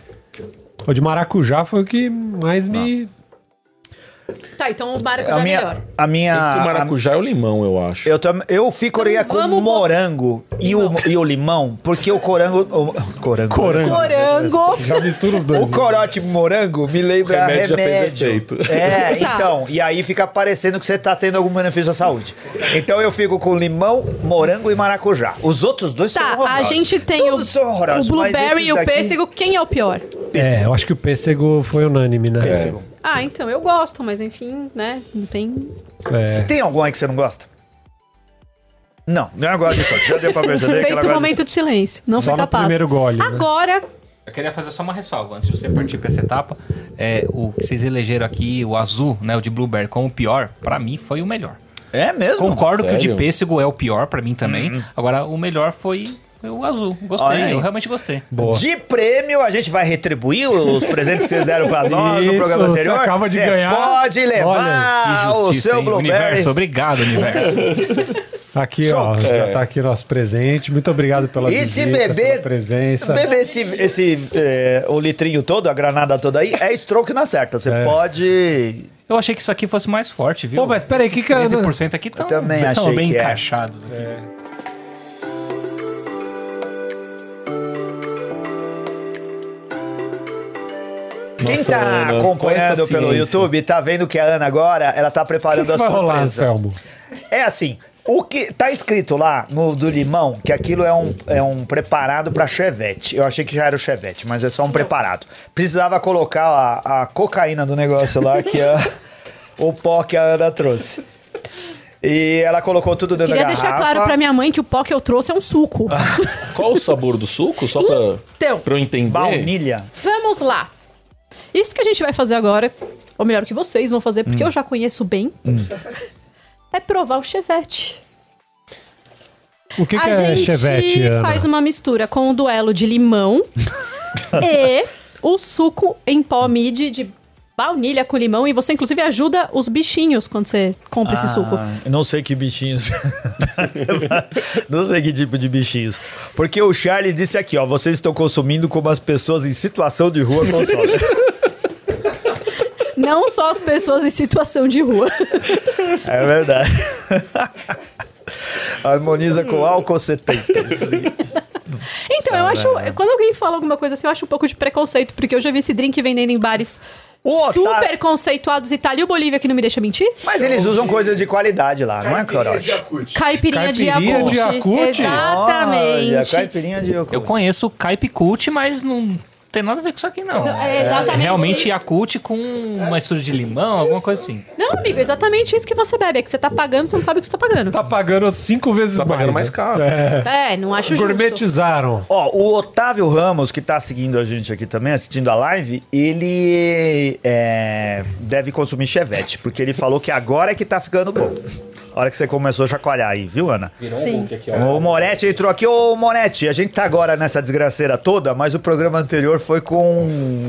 S3: O de maracujá foi o que mais me.
S2: Tá, então o maracujá
S1: A
S2: é
S1: minha,
S2: melhor.
S1: a
S4: Entre
S1: minha,
S4: o
S1: Ah, a
S4: maracujá e o limão, eu acho.
S1: Eu, tam, eu ficorei
S2: Então,
S1: com
S2: vamos
S1: o morango e o, e o limão, porque o corango. O, corango.
S3: Corango.
S2: Corango.
S3: Já mistura os dois.
S1: O corote morango me lembra
S4: Remédio
S1: remédio.
S4: já fez efeito.
S1: É,
S2: Tá.
S1: então. E aí fica parecendo que você tá tendo algum benefício à saúde. Então eu fico com limão, morango e maracujá. Os outros dois são
S2: Tá,
S1: horrorosos.
S2: a gente tem
S1: Todos
S2: o,
S1: são horrorosos,
S2: o blueberry
S1: mas
S2: e
S1: esses
S2: o
S1: daqui-
S2: pêssego. Quem é o pior?
S3: É, eu acho que o pêssego foi unânime, né?
S1: Pêssego.
S2: Ah, então, eu gosto, mas enfim, né? Não tem.
S3: É.
S1: Tem algum aí que você não gosta? Não, não gosto de todos. Já deu pra perceber que
S2: Fez
S1: ela
S2: o
S1: gosta
S2: momento de silêncio. Não
S3: Só
S2: foi
S3: no
S2: capaz.
S3: primeiro gole, né?
S2: Agora,
S5: Eu queria fazer só uma ressalva antes de você partir pra essa etapa. É, o que vocês elegeram aqui, o azul, né, o de blueberry, como o pior, pra mim foi o melhor.
S1: de- É mesmo?
S5: Concordo que o de
S4: sério?
S5: pêssego é o pior pra mim também. Agora, o melhor foi Eu, o azul, gostei.
S1: Uhum. Olha aí.
S5: Eu realmente gostei.
S3: Boa.
S1: De prêmio, a gente vai retribuir os presentes que vocês deram pra nós no
S3: Isso,
S1: programa
S3: você
S1: anterior.
S3: acaba de
S1: Você
S3: ganhar.
S1: Pode levar
S5: que
S1: Ah, o
S5: justiça,
S1: seu
S5: hein?
S1: Blueberry.
S5: Universo, obrigado, universo.
S3: Tá aqui, ó.
S4: É.
S3: Já tá aqui nosso presente. Muito obrigado pela
S1: E se
S3: visita,
S1: beber,
S3: pela presença.
S1: beber esse, esse é, o litrinho todo, a granada toda aí, é stroke na certa. Você
S3: É.
S1: pode.
S5: Eu achei que isso aqui fosse mais forte, viu?
S3: Pô, mas peraí, que
S5: Esses
S3: que é era-
S5: 13% aqui estão
S1: também achei
S5: bem
S1: que é. era.
S5: encaixados. Aqui.
S1: Quem
S4: Nossa, Ana,
S1: tá
S4: qual
S1: acompanhando
S4: essa
S1: pelo
S4: ciência?
S1: YouTube, tá vendo que a Ana agora, ela tá
S3: O que
S1: preparando
S3: que
S1: a
S3: vai rolar,
S1: surpresa.
S3: Anselmo?
S1: É assim, o que tá escrito lá no do limão, que aquilo é um, é um preparado pra chevette. Eu achei que já era o chevette, mas é só um preparado. Precisava colocar a, a cocaína do negócio lá, que é o pó que a Ana trouxe. E ela colocou tudo dentro
S2: Queria
S1: da garrafa.
S2: deixar claro pra minha mãe que o pó que eu trouxe é um suco.
S3: Ah.
S4: Qual o sabor do suco? Só pra,
S2: Então.
S4: pra eu entender.
S1: Baunilha.
S2: Vamos lá. Isso que a gente vai fazer agora, ou melhor, que vocês vão fazer,
S3: Hum.
S2: porque eu já conheço bem, é provar o chevette.
S3: O que, que
S2: a
S3: é
S2: gente
S3: chevette, Ana?
S2: faz um uma mistura com o duelo de limão e o suco em pó mid de baunilha com limão. E você, inclusive, ajuda os bichinhos quando você compra esse suco.
S1: Ah, eu Não sei que bichinhos. não sei que tipo de bichinhos. Porque o Charles disse aqui, ó, vocês estão consumindo como as pessoas em situação de rua consomem.
S2: Não só as pessoas em situação de rua.
S1: É verdade. Harmoniza com álcool 70.
S2: Então, eu acho. Quando alguém fala alguma coisa assim, eu acho um pouco de preconceito, porque eu já vi esse drink vendendo em bares
S1: Ô, tá.
S2: super conceituados Itália e o Bolívia, que não me deixa mentir.
S1: Mas eles usam coisas de qualidade lá, não é,
S6: Caipirinha de
S1: Corote?
S6: Yakut.
S2: Caipirinha,
S3: Caipirinha de
S2: de
S3: Yakut?
S2: Yakut.
S1: Olha,
S2: Exatamente.
S1: caipirinha de Yakut.
S5: Eu conheço o Caipe Cult, mas não tem nada a ver com isso aqui, não.
S2: Não, é exatamente
S5: Realmente
S2: isso.
S5: Yakult com uma mistura de limão, alguma coisa assim.
S2: Não, amigo, é exatamente isso que você bebe. É que você tá pagando, você não sabe o que você tá pagando.
S3: Tá pagando cinco vezes
S4: Tá
S3: mais.
S4: pagando mais
S3: né?
S4: caro.
S2: É, não acho justo.
S3: Gourmetizaram.
S1: Ó, o Otávio Ramos, que tá seguindo a gente aqui também, assistindo a live, ele é, deve consumir chevette, porque ele falou que agora é que tá ficando bom. A hora que você começou a chacoalhar aí, viu, Ana?
S2: Sim.
S1: O Moretti entrou aqui. Ô, Moretti, a gente tá agora nessa desgraceira toda, mas o programa anterior foi com.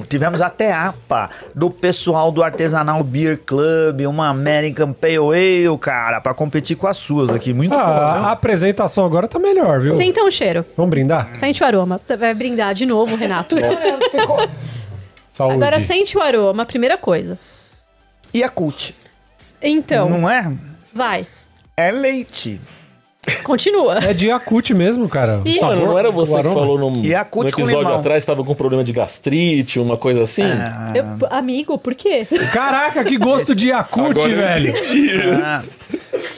S1: Tivemos até APA do pessoal do Artesanal Beer Club, uma American Pale Ale, cara, pra competir com as suas aqui. Muito
S4: Tá
S3: Ah,
S4: né?
S3: a
S1: bom.
S3: apresentação agora tá melhor, viu?
S2: Sintam o um cheiro.
S3: Vamos brindar?
S2: Sente o aroma. Vai brindar de novo, Renato.
S3: Saúde.
S2: Agora sente o aroma, primeira coisa.
S1: E a cult.
S2: Então,
S1: Não é?
S2: vai.
S1: É leite.
S2: Continua.
S3: É de Yakut mesmo, cara. O
S2: Isso.
S4: Mano, não era
S3: o
S4: você que
S3: aroma.
S4: falou num,
S1: Yakult
S4: num
S1: com
S4: episódio
S1: limão.
S4: atrás, tava com problema de gastrite, uma coisa assim?
S2: Eu- amigo, por quê?
S3: Caraca, que gosto de Yakut,
S4: Agora é eu
S3: velho.
S1: Ah.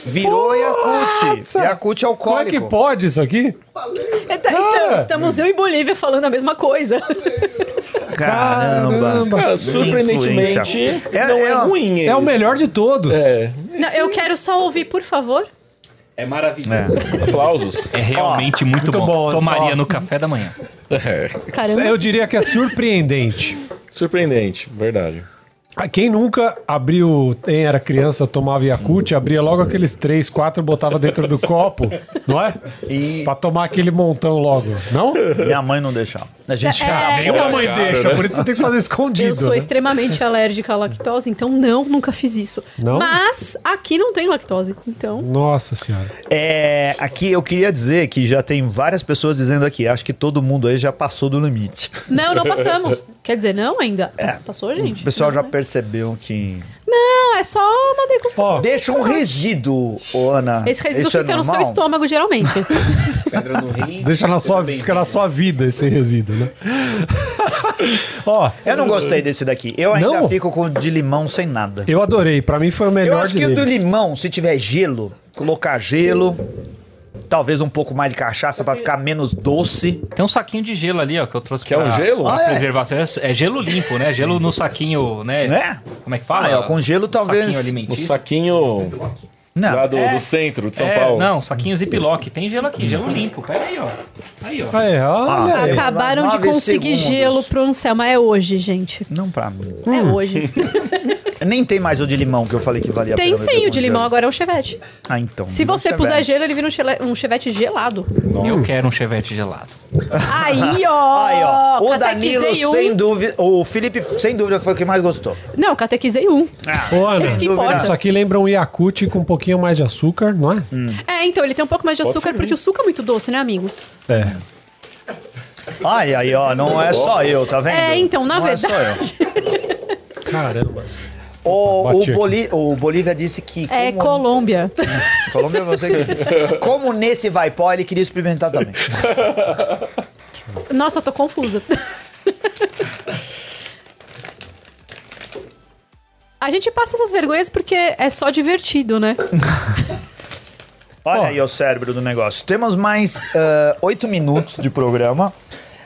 S1: Virou Yakut.
S3: Nossa!
S1: Yakut
S3: Como é
S1: alcoólico.
S3: que pode isso aqui?
S2: Então, então, estamos eu e Bolívia falando a mesma coisa.
S1: Caramba.
S4: Cara, surpreendentemente,
S1: É-
S4: não é,
S1: é-
S4: ruim.
S3: É o melhor de todos.
S4: É,
S2: Não, eu quero só ouvir, por favor.
S5: É maravilhoso.
S4: aplausos.
S5: É, realmente
S3: muito
S5: muito, bom.
S3: bom,
S5: Tomaria
S3: só.
S5: no café da manhã.
S2: Caramba.
S3: Eu diria que é surpreendente.
S4: Surpreendente, verdade.
S3: Ah, Quem nunca abriu, quem era criança, tomava Yakut, abria logo aqueles três, quatro, botava dentro do copo, não é?
S1: E-
S3: Pra tomar aquele montão logo, não?
S1: Minha mãe não deixava. A gente
S2: É,
S3: Nenhuma mãe deixa,
S4: né?
S3: por isso você tem que fazer escondido.
S2: Eu sou
S3: né?
S2: extremamente alérgica à lactose, então não, nunca fiz isso.
S3: Não?
S2: Mas aqui não tem lactose, então.
S3: Nossa senhora.
S1: É, aqui eu queria dizer que já tem várias pessoas dizendo aqui, acho que todo mundo aí já passou do limite.
S2: Não, não passamos. Quer dizer, não ainda. Passou, gente?
S1: É. O pessoal
S2: não,
S1: já
S2: né?
S1: percebeu que.
S2: Não, é só uma degustação.
S3: Ó,
S1: Deixa um resíduo, ô, Ana.
S2: Esse resíduo
S1: Isso é
S2: fica no seu
S1: normal?
S2: estômago, geralmente.
S5: Pedra no rim.
S3: deixa na sua, fica na sua vida esse resíduo, né? Ó,
S1: Eu não gostei desse daqui. Eu ainda
S3: Não?
S1: fico com o de limão sem nada.
S3: eu adorei, pra mim foi o melhor
S1: Eu acho
S3: de
S1: que o do
S3: deles.
S1: limão, se tiver gelo, colocar gelo, talvez um pouco mais de cachaça pra ficar menos doce.
S5: Tem um saquinho de gelo ali, ó, que eu trouxe
S4: Quer um gelo?
S5: pra
S1: Ah, é.
S5: preservação. É, é gelo limpo, né? Gelo no saquinho, né?
S1: Né?
S5: Como é que fala?
S1: Ah, é, ó, com gelo, talvez-
S5: Saquinho
S4: No
S5: alimentício.
S4: saquinho lá
S1: Não.
S4: do,
S5: É.
S4: do centro de São
S5: É,
S4: Paulo.
S5: Não, saquinho ziplock. Tem gelo aqui, gelo limpo. Pera aí, ó. Aí, ó.
S3: Aí, é? olha.
S1: Ah,
S2: Acabaram de
S1: Nove
S2: conseguir
S1: segundos. Hum.
S2: gelo pro Anselmo. É hoje, gente.
S1: Não pra mim.
S2: É hoje.
S1: Nem tem mais o de limão que eu falei que valia a
S2: Tem
S1: pena. beber
S2: sim, o
S1: com
S2: de limão agora é um chevette.
S1: Ah, então.
S2: Se
S1: não
S2: você
S1: serve.
S2: puser gelo, ele vira um, chele- um chevette gelado.
S5: Eu quero um chevette gelado.
S2: Aí, ó!
S1: Aí, ó. O
S2: catequizei
S1: Danilo,
S2: um.
S1: sem dúvida. O Felipe, sem dúvida, foi o que mais gostou.
S2: Não, catequizei um.
S3: Ô, Ana,
S2: Isso que
S1: dúvida.
S2: importa.
S3: É, isso aqui lembra um Yakut com um pouquinho mais de açúcar, não é?
S2: É, então, ele tem um pouco mais de açúcar, porque o suco é muito doce, né, amigo?
S3: É.
S1: Ai, aí, ó. Não é só eu, tá vendo?
S2: É, então, na
S1: Não é só eu.
S2: verdade.
S3: Caramba.
S1: O,
S3: Bati
S1: o Boli- o Bolívia disse que.
S2: É,
S1: como-
S2: Colômbia.
S1: Colômbia é você que disse. Como nesse vai pó, ele queria experimentar também.
S2: Nossa, eu tô confusa. A gente passa essas vergonhas porque é só divertido, né?
S1: Olha
S3: Ó.
S1: aí o cérebro do negócio. Temos mais ah, oito minutos de programa.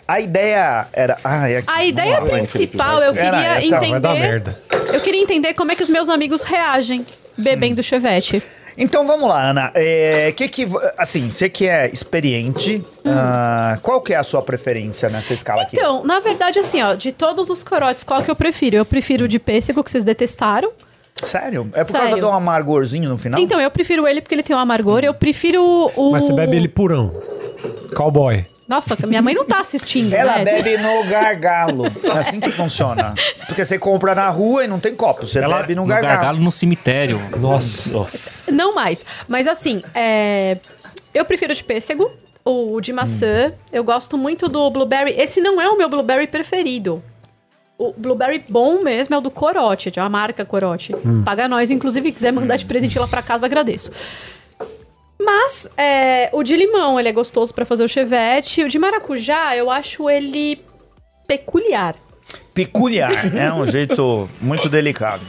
S1: A ideia era. Ah, é aqui.
S2: A ideia
S4: vai,
S2: principal, eu
S1: Felipe, vai.
S2: queria
S1: Era essa, vai
S3: Vai dar
S2: entender.
S3: merda.
S2: Eu queria entender como é que os meus amigos reagem bebendo chevette.
S1: Então vamos lá, Ana. É, que que, vo- assim, você que é experiente, ah, qual que é a sua preferência nessa escala aqui?
S2: Então, na verdade, assim, ó, de todos os corotes, qual que eu prefiro? Eu prefiro o de pêssego, que vocês detestaram.
S1: Sério? É por causa
S2: Sério.
S1: do amargorzinho no final?
S2: Então, eu prefiro ele porque ele tem um amargor. Eu prefiro o.
S3: Mas você bebe ele purão. Cowboy.
S2: Nossa, minha mãe não tá assistindo.
S1: Ela
S2: né?
S1: bebe no gargalo. É assim que funciona. Porque você compra na rua e não tem copo. Você
S3: Ela-
S1: bebe no
S5: No
S1: gargalo.
S5: gargalo no cemitério.
S3: Nossa.
S4: Nossa.
S2: Não mais. Mas assim, é, eu prefiro de pêssego, o de maçã. Eu gosto muito do blueberry. Esse não é o meu blueberry preferido. O blueberry bom mesmo é o do Corote, de uma marca Corote. Paga nós, inclusive, quiser mandar de presente lá pra casa, agradeço. Mas é, o de limão, ele é gostoso pra fazer o chevette. O de maracujá, eu acho ele peculiar.
S1: Peculiar. É um jeito muito delicado.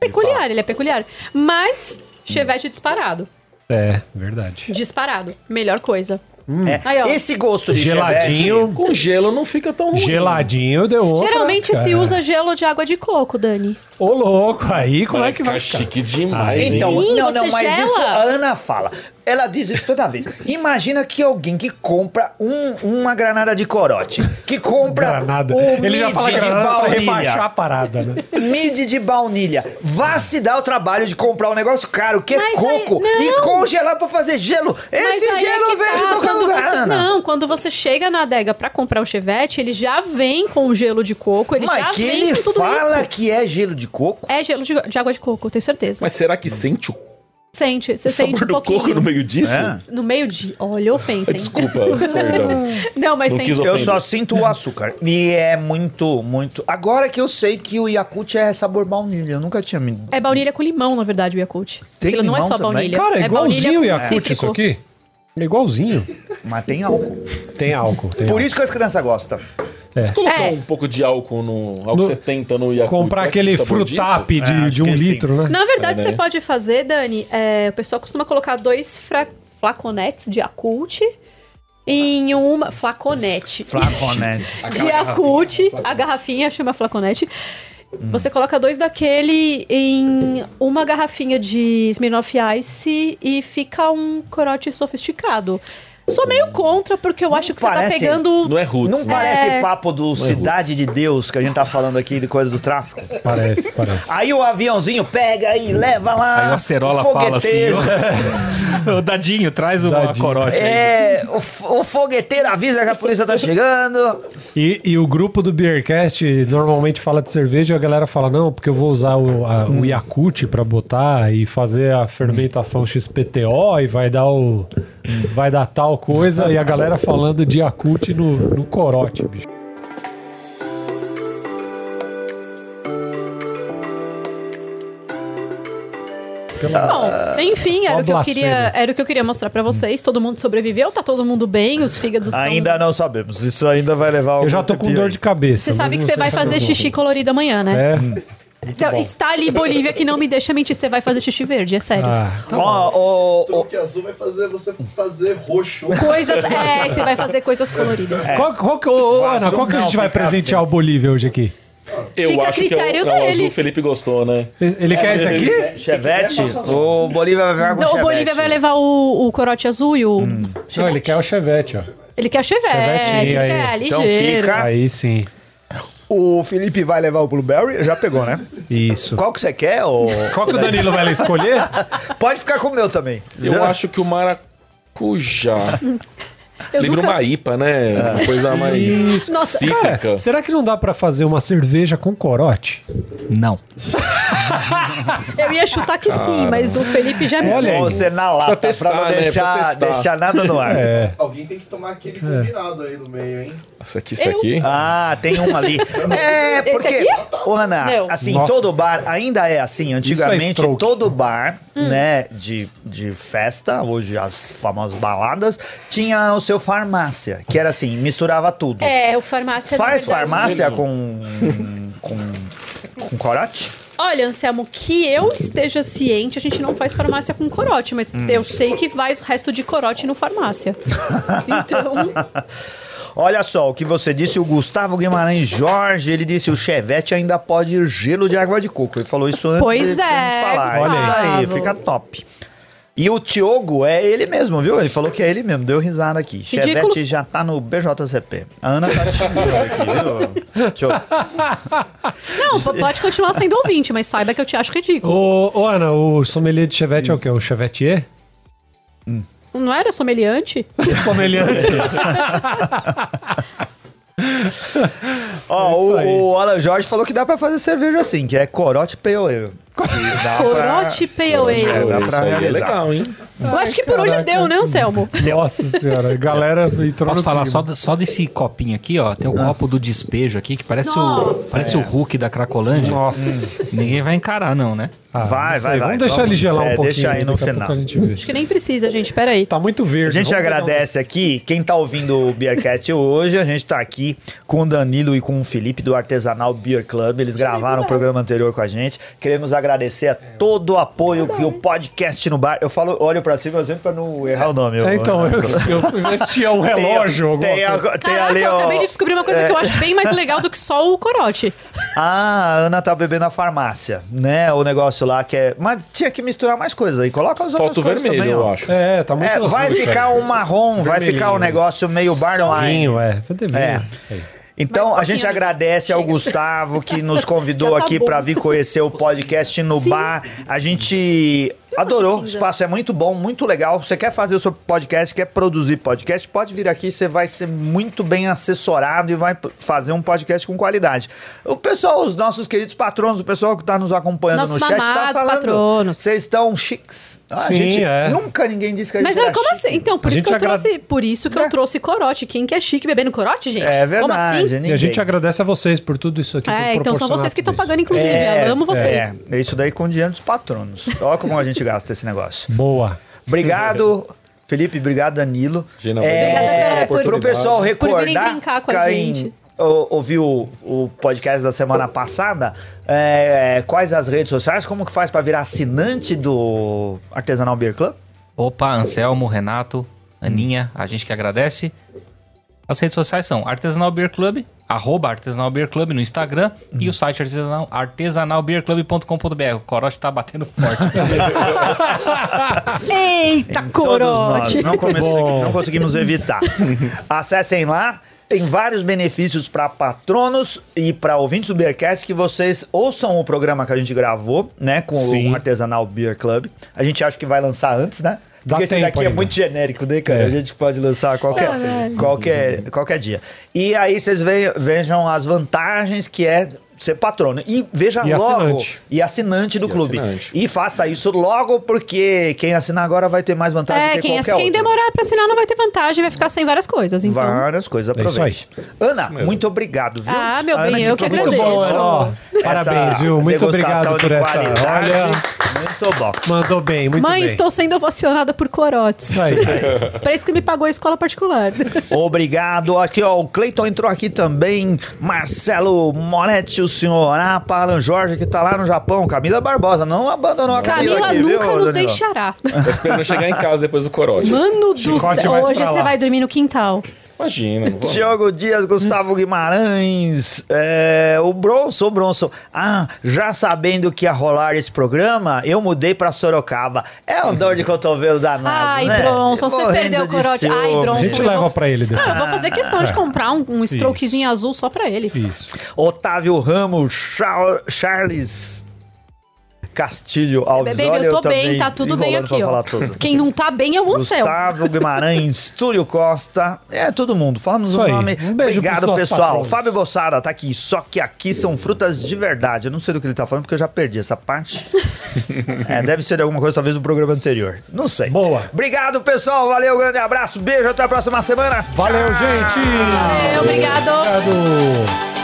S2: Peculiar, ele é peculiar. Mas chevette disparado.
S3: É, verdade.
S2: Disparado. Melhor coisa.
S1: É,
S2: Aí, ó.
S1: esse gosto de chevette-
S3: Geladinho.
S4: Com gelo não fica tão ruim.
S3: Geladinho deu outra,
S2: Geralmente se
S3: cara.
S2: usa gelo de água de coco, Dani.
S3: Ô, louco, aí como é que vai ficar?
S4: Fica tá
S3: Ah,
S4: chique demais.
S3: Ai,
S4: hein?
S1: Então,
S2: Sim,
S1: não, não,
S2: você
S1: mas
S2: gela.
S1: isso a Ana fala. Ela diz isso toda vez. Imagina que alguém que compra um- uma granada de corote, que compra
S3: Granada.
S1: o
S3: Ele já
S1: mid
S3: fala
S1: de
S3: granada pra rebaixar
S1: baunilha,
S3: a parada, né?
S1: mid de baunilha, vá se dar o trabalho de comprar um negócio caro, que é
S2: Mas aí-
S1: coco, e
S2: não.
S1: congelar pra fazer gelo.
S2: Mas
S1: Esse
S2: aí
S1: gelo
S2: é que
S1: vende
S2: tá,
S1: em qualquer
S2: quando
S1: lugar,
S2: você-
S1: Ana.
S2: Não, quando você chega na adega pra comprar o chevette, ele já vem com o gelo de coco, ele já
S1: Mas que
S2: vem
S1: ele
S2: com tudo
S1: fala
S2: isso.
S1: que é gelo de coco?
S2: É gelo de, de água de coco, eu tenho certeza.
S4: Mas será que sente o
S2: sente, você sente
S4: sabor
S2: um
S4: do
S2: pouquinho.
S4: coco no meio disso? Ah,
S1: É.
S2: No meio de... Olha, ofensa, hein?
S4: Desculpa, perdão.
S2: Não, mas
S4: Não
S2: sente.
S4: quis
S1: Eu
S4: ofender.
S1: só sinto o açúcar. E é muito, muito. Agora que eu sei que o Yakult é sabor baunilha, eu nunca tinha me.
S2: É baunilha com limão, na verdade, o Yakult.
S1: Tem
S2: Aquilo não é
S1: limão
S2: só
S1: também?
S2: baunilha.
S3: Cara, é igualzinho o
S2: baunilha com
S3: Yakut isso
S2: cítrico.
S3: aqui. É igualzinho.
S1: Mas tem álcool.
S3: Tem álcool. Tem
S1: Por
S3: álcool.
S1: isso que as crianças gostam.
S4: Se colocar
S2: É.
S4: um pouco de álcool no. Álcool
S3: No-
S4: 70 no Yakult.
S3: Comprar
S4: será que
S3: aquele
S4: tem sabor disso?
S3: frutap de,
S1: É, acho
S3: de
S1: que
S3: um
S1: sim.
S3: litro, né?
S2: Na verdade,
S4: É, né?
S2: você pode fazer, Dani. é, o pessoal costuma colocar dois fra- flaconetes de acult em uma. Flaconete.
S1: Flaconetes.
S2: de acult. A garrafinha chama flaconete. Você coloca dois daquele em uma garrafinha de Smirnoff Ice e fica um corote sofisticado. Sou meio contra, porque eu acho que você tá
S1: parece-
S2: pegando.
S4: Não é roots.
S1: Não
S4: né?
S1: parece papo do Cidade de Deus que a gente tá falando aqui de coisa do tráfico?
S3: Parece, parece.
S1: Aí o aviãozinho pega e leva lá.
S5: Aí o Acerola fala assim:
S1: Ah, fogueteiro.
S5: "Ô, ô, Dadinho, traz o
S3: Dadinho.
S5: corote aí.
S1: É, o, f- o fogueteiro avisa que a polícia tá chegando.
S3: E, e o grupo do Beercast normalmente fala de cerveja e a galera fala, não, porque eu vou usar o, a, o Yakut pra botar e fazer a fermentação XPTO e vai dar o... vai dar tal coisa. E a galera falando de Yakut no, no corote, bicho.
S2: Bom, enfim, era
S3: Uma
S2: o, que eu queria,
S3: blasfêmia.
S2: era o que eu queria mostrar pra vocês. Todo mundo sobreviveu, tá todo mundo bem, os fígados estão...
S1: Ainda não sabemos. Isso ainda vai levar
S3: Eu já tô com dor de cabeça.
S2: Você sabe
S3: mas
S2: que
S3: não
S2: você
S3: sei
S2: vai
S3: se eu
S2: fazer
S3: vou.
S2: xixi colorido amanhã, né?
S3: É?
S2: Então, está ali Bolívia que não me deixa mentir, você vai fazer xixi verde, é sério.
S3: Ah,
S1: Ó, ó, ó,
S6: O que é azul vai fazer você fazer roxo.
S2: Coisas... É, você vai fazer coisas
S1: É,
S2: coloridas.
S3: Qual, qual que, ô, ô, Ana, qual que a
S1: não,
S3: gente vai
S1: fica
S3: presentear o Bolívia hoje aqui?
S4: Eu
S2: Fica a
S4: acho que é o,
S2: critério
S4: é o azul
S2: dele.
S4: o Felipe gostou, né?
S3: Ele É, ele quer esse aqui?
S1: Chevette? O Bolívia vai ficar com
S2: Não,
S1: chevette. Hum.
S2: o Bolívia vai levar o, o corote azul e o... chevette.
S3: Não, ele quer o Chevette, ó.
S2: Ele quer o chevette,
S3: Chevetinho
S2: ele
S3: aí. Então
S2: quer ligeiro.
S1: Então fica.
S3: Aí sim.
S1: O Felipe vai levar o Blueberry, já pegou, né?
S3: Isso.
S1: Qual que você quer? ô-
S3: Qual que o Danilo vai escolher?
S1: Pode ficar com o meu também.
S4: Eu acho que o maracujá.
S2: Eu
S4: Lembra
S2: nunca...
S4: uma IPA, né?
S3: É.
S4: Uma coisa mais
S2: Nossa,
S4: cítrica.
S3: Cara, será que não dá pra fazer uma cerveja com corote?
S5: Não.
S2: Eu ia chutar que sim, mas o Felipe já me
S3: Olha aí.
S2: disse.
S1: Você na lata,
S4: testar,
S1: pra não
S4: né? Precisa
S1: deixar,
S4: testar.
S1: deixar nada no ar.
S6: Alguém tem que tomar aquele combinado aí no meio, hein?
S4: Isso aqui, isso
S2: Eu-
S4: aqui.
S1: Ah, tem um ali. É,
S2: Esse
S1: porque,
S2: aqui?
S1: ô Ana,
S2: Não.
S1: assim,
S3: Nossa.
S1: todo bar, ainda é assim, antigamente,
S3: stroke.
S1: todo bar,
S2: Hum.
S1: né, de, de festa, hoje as famosas baladas, tinha o seu farmácia, que era assim, misturava tudo.
S2: É, o farmácia. na
S1: Faz
S2: verdade.
S1: farmácia com, com, com corote?
S2: Olha, Anselmo, que eu esteja ciente, a gente não faz farmácia com corote, mas
S3: Hum.
S2: eu sei que vai o resto de corote no farmácia. Então,
S1: Olha só, o que você disse, o Gustavo Guimarães Jorge, ele disse, o Chevette ainda pode ir gelo de água de coco. Ele falou isso antes
S2: Pois
S1: de, de
S2: é,
S1: gente falar.
S2: Olha aí.
S1: Olha aí,
S2: Gustavo.
S1: fica top. E o Tiogo é ele mesmo, viu? Ele falou que é ele mesmo, deu risada aqui. Chevette já tá no BJCP. A Ana tá xingando aqui, viu? Tiogo.
S2: não, p- pode continuar sendo ouvinte, mas saiba que eu te acho ridículo.
S3: Ô, ô, Ana, o sommelier de chevette é o quê? O chevetier?
S2: Não era someliante?
S3: Sommelier?
S1: Ó,
S3: É isso aí.
S1: o, o Alan Jorge falou que dá pra fazer cerveja assim, que é corote pale ale. Que dá pra-
S2: Corote P.O.E.
S1: É, dá
S4: Isso
S1: pra
S4: aí é
S1: realizar.
S4: legal, hein?
S2: Eu acho que por hoje deu, né, Anselmo?
S3: Nossa senhora, a galera entrou
S5: Posso
S3: no
S5: falar
S3: clima.
S5: só, do- só desse copinho aqui, ó? Tem o copo do despejo aqui, que parece,
S2: Nossa.
S5: o, parece o Hulk da Cracolândia.
S3: Nossa.
S5: Ninguém vai encarar, não, né?
S3: Ah,
S1: Vai,
S3: não
S1: vai,
S3: sei,
S1: vai.
S3: Vamos deixar
S1: Vamos.
S3: ele gelar um
S1: É,
S3: pouquinho.
S1: deixa aí no
S3: daqui a
S1: final.
S3: pouco a gente vê.
S2: Acho que nem precisa, gente, peraí.
S3: Tá muito
S1: A
S3: verde.
S1: gente
S3: vamos pegar um-
S1: agradece aqui quem tá ouvindo o Beercast hoje. A gente tá aqui com o Danilo e com o Felipe do Artesanal Beer Club. Eles gravaram o programa anterior com a gente. Queremos agradecer a todo o apoio que o podcast no bar. Eu falo, olho pra cima sempre pra não errar o nome.
S3: É, então, eu, eu, eu assistia um
S1: Tem-
S3: relógio, alguma
S1: tem,
S3: coisa.
S1: a- tem
S2: Caraca,
S1: ali,
S2: eu
S1: ó. É.
S2: acabei de descobrir uma coisa que eu acho bem mais legal do que só o corote.
S1: Ah, a Ana tá bebendo na farmácia, né? O negócio lá que é. Mas tinha que misturar mais coisas aí. Coloca os outros.
S4: Falta o vermelho, eu acho.
S3: É, tá muito
S1: É,
S3: gostoso,
S1: vai ficar
S3: cara.
S1: um marrom, vai
S3: Vermelhinho.
S1: ficar um negócio meio barn wine.
S3: Vinho, é. Vai ter vinho.
S1: É.
S3: Aí.
S1: Então,
S2: Mais um
S1: a gente
S2: pouquinho,
S1: agradece ao Gustavo que nos convidou
S2: Já tá
S1: aqui
S2: bom.
S1: pra vir conhecer o podcast no
S2: Sim.
S1: bar. A gente adorou, o espaço é muito bom, muito legal. Você quer fazer o seu podcast, quer produzir podcast, pode vir aqui, você vai ser muito bem assessorado e vai p- fazer um podcast com qualidade. O pessoal, os nossos queridos patronos, o pessoal que tá nos acompanhando
S2: Nossos
S1: no chat, tá
S2: mamados
S1: falando.
S2: patronos.
S1: Vocês estão chiques. Ah, A
S3: Sim,
S1: gente,
S3: é.
S1: Nunca ninguém disse que a gente
S2: Mas
S1: era
S2: é, como
S1: chique.
S2: assim? Então, por
S3: A
S2: isso
S3: gente
S2: que eu
S3: agrade-
S2: trouxe. Por isso que eu trouxe corote. Quem que é chique bebendo corote, gente?
S1: É
S2: Como
S1: verdade.
S2: assim?
S1: ninguém.
S3: E a gente agradece a vocês por tudo isso aqui.
S2: É,
S3: por
S2: então são
S3: proporcionar
S2: vocês que estão
S3: tudo isso.
S2: pagando, inclusive. eu amo vocês.
S1: É, isso daí com dinheiro dos patronos. Olha como a gente gasta esse negócio.
S3: Boa.
S1: Obrigado, Felipe. Obrigado, Danilo. É,
S4: Gina, obrigado
S2: a vocês pela
S1: pro
S2: oportunidade.
S1: pessoal
S2: Por
S1: recordar.
S2: virem brincar com a
S1: quem
S2: gente.
S1: ou- Ouviu o, o podcast da semana passada? é, quais as redes sociais? Como que faz pra virar assinante do Artesanal Beer Club?
S5: Opa, Anselmo, Renato, Aninha, a gente que agradece. As redes sociais são Artesanal Beer Club, arroba Artesanal Beer Club no Instagram e o site artesanal, artesanalbeerclub.com.br. O corote tá batendo forte.
S2: Eita,
S1: é. Todos
S2: corote!
S1: nós não, come-
S3: Bom.
S1: não conseguimos evitar. Acessem lá. Tem vários benefícios para patronos e para ouvintes do Beercast que vocês ouçam o programa que a gente gravou, né, com
S3: Sim.
S1: o Artesanal Beer Club. A gente acha que vai lançar antes, né?
S3: Dá
S1: Porque esse
S3: tempo
S1: daqui é
S3: ainda.
S1: muito genérico, né, cara?
S3: É.
S1: A gente pode lançar a qualquer,
S2: Caralho.
S1: qualquer, qualquer dia. E aí vocês ve- vejam as vantagens que é ser patrono. E veja
S3: E
S1: logo...
S3: assinante.
S1: E assinante do
S4: E
S1: clube.
S4: assinante.
S1: E faça isso logo, porque quem assinar agora vai ter mais vantagem do
S2: É,
S1: que
S2: quem,
S1: qualquer
S2: quem
S1: outro.
S2: demorar pra assinar não vai ter vantagem, vai ficar sem várias coisas. Então,
S1: Várias coisas,
S3: É isso
S1: aproveite. Ana, muito obrigado, viu?
S2: Ah, meu
S1: A
S2: bem, eu que
S1: produziu
S3: Muito bom,
S2: agradeço.
S3: Ana. ó. Parabéns,
S1: essa
S3: viu? Muito
S1: degustação
S3: obrigado
S1: de
S3: por essa.
S1: qualidade.
S3: Olha,
S1: Muito bom.
S3: mandou bem, muito
S2: mãe,
S3: bem.
S2: estou sendo ovacionada por corotes.
S3: Isso aí.
S2: Pra isso que me pagou a escola particular.
S1: Obrigado. Aqui, ó, o Cleiton entrou aqui também. Marcelo Moretti, o senhor Apa, Alan Jorge, que tá lá no Japão. Camila Barbosa, não abandonou a Camila,
S2: Camila
S1: aqui, viu,
S2: nunca nos
S1: Danilo?
S2: deixará.
S4: Tô esperando chegar em casa depois do corote.
S2: Mano do
S3: Chicote
S2: céu,
S3: vai
S2: hoje
S3: estralar.
S2: você vai dormir no quintal.
S4: Imagina, não vou.
S1: Diogo Dias, Gustavo Guimarães, é, o Bronson, o Bronson. Ah, já sabendo que ia rolar esse programa, eu mudei pra Sorocaba. É um dor de cotovelo danado,
S2: Ai,
S1: né?
S2: Bronson, você
S1: Morrendo
S2: perdeu o
S1: de
S2: corote. Ai,
S1: ciúme.
S3: A
S2: Bronson.
S3: gente
S2: eu
S3: leva
S2: vou-
S3: pra ele
S2: Ah, eu
S3: depois.
S2: vou fazer questão de comprar um, um strokezinho azul só pra ele.
S3: Isso.
S1: Otávio Ramos, Char- Charles Castilho Alves.
S2: Bebê,
S1: Olha,
S2: eu tô
S1: também
S2: bem, tá tudo bem
S1: enrolando
S2: aqui,
S1: pra
S2: ó.
S1: falar tudo.
S2: Quem não tá bem é o Ansel.
S1: Gustavo Guimarães, Túlio Costa, é todo mundo. Falamos
S3: Isso
S1: o
S3: aí.
S1: nome.
S3: Um beijo pros
S1: Obrigado,
S3: nossos
S1: pessoal.
S3: patronos.
S1: Fábio Bossada tá aqui. Só que aqui são frutas de verdade. Eu não sei do que ele tá falando, porque eu já perdi essa parte. É, deve ser de alguma coisa, talvez, do programa anterior. Não sei.
S3: Boa.
S1: Obrigado, pessoal. Valeu, grande abraço. Beijo, até a próxima semana. Tchau.
S3: Valeu, gente!
S2: É, Obrigado.
S3: Obrigado!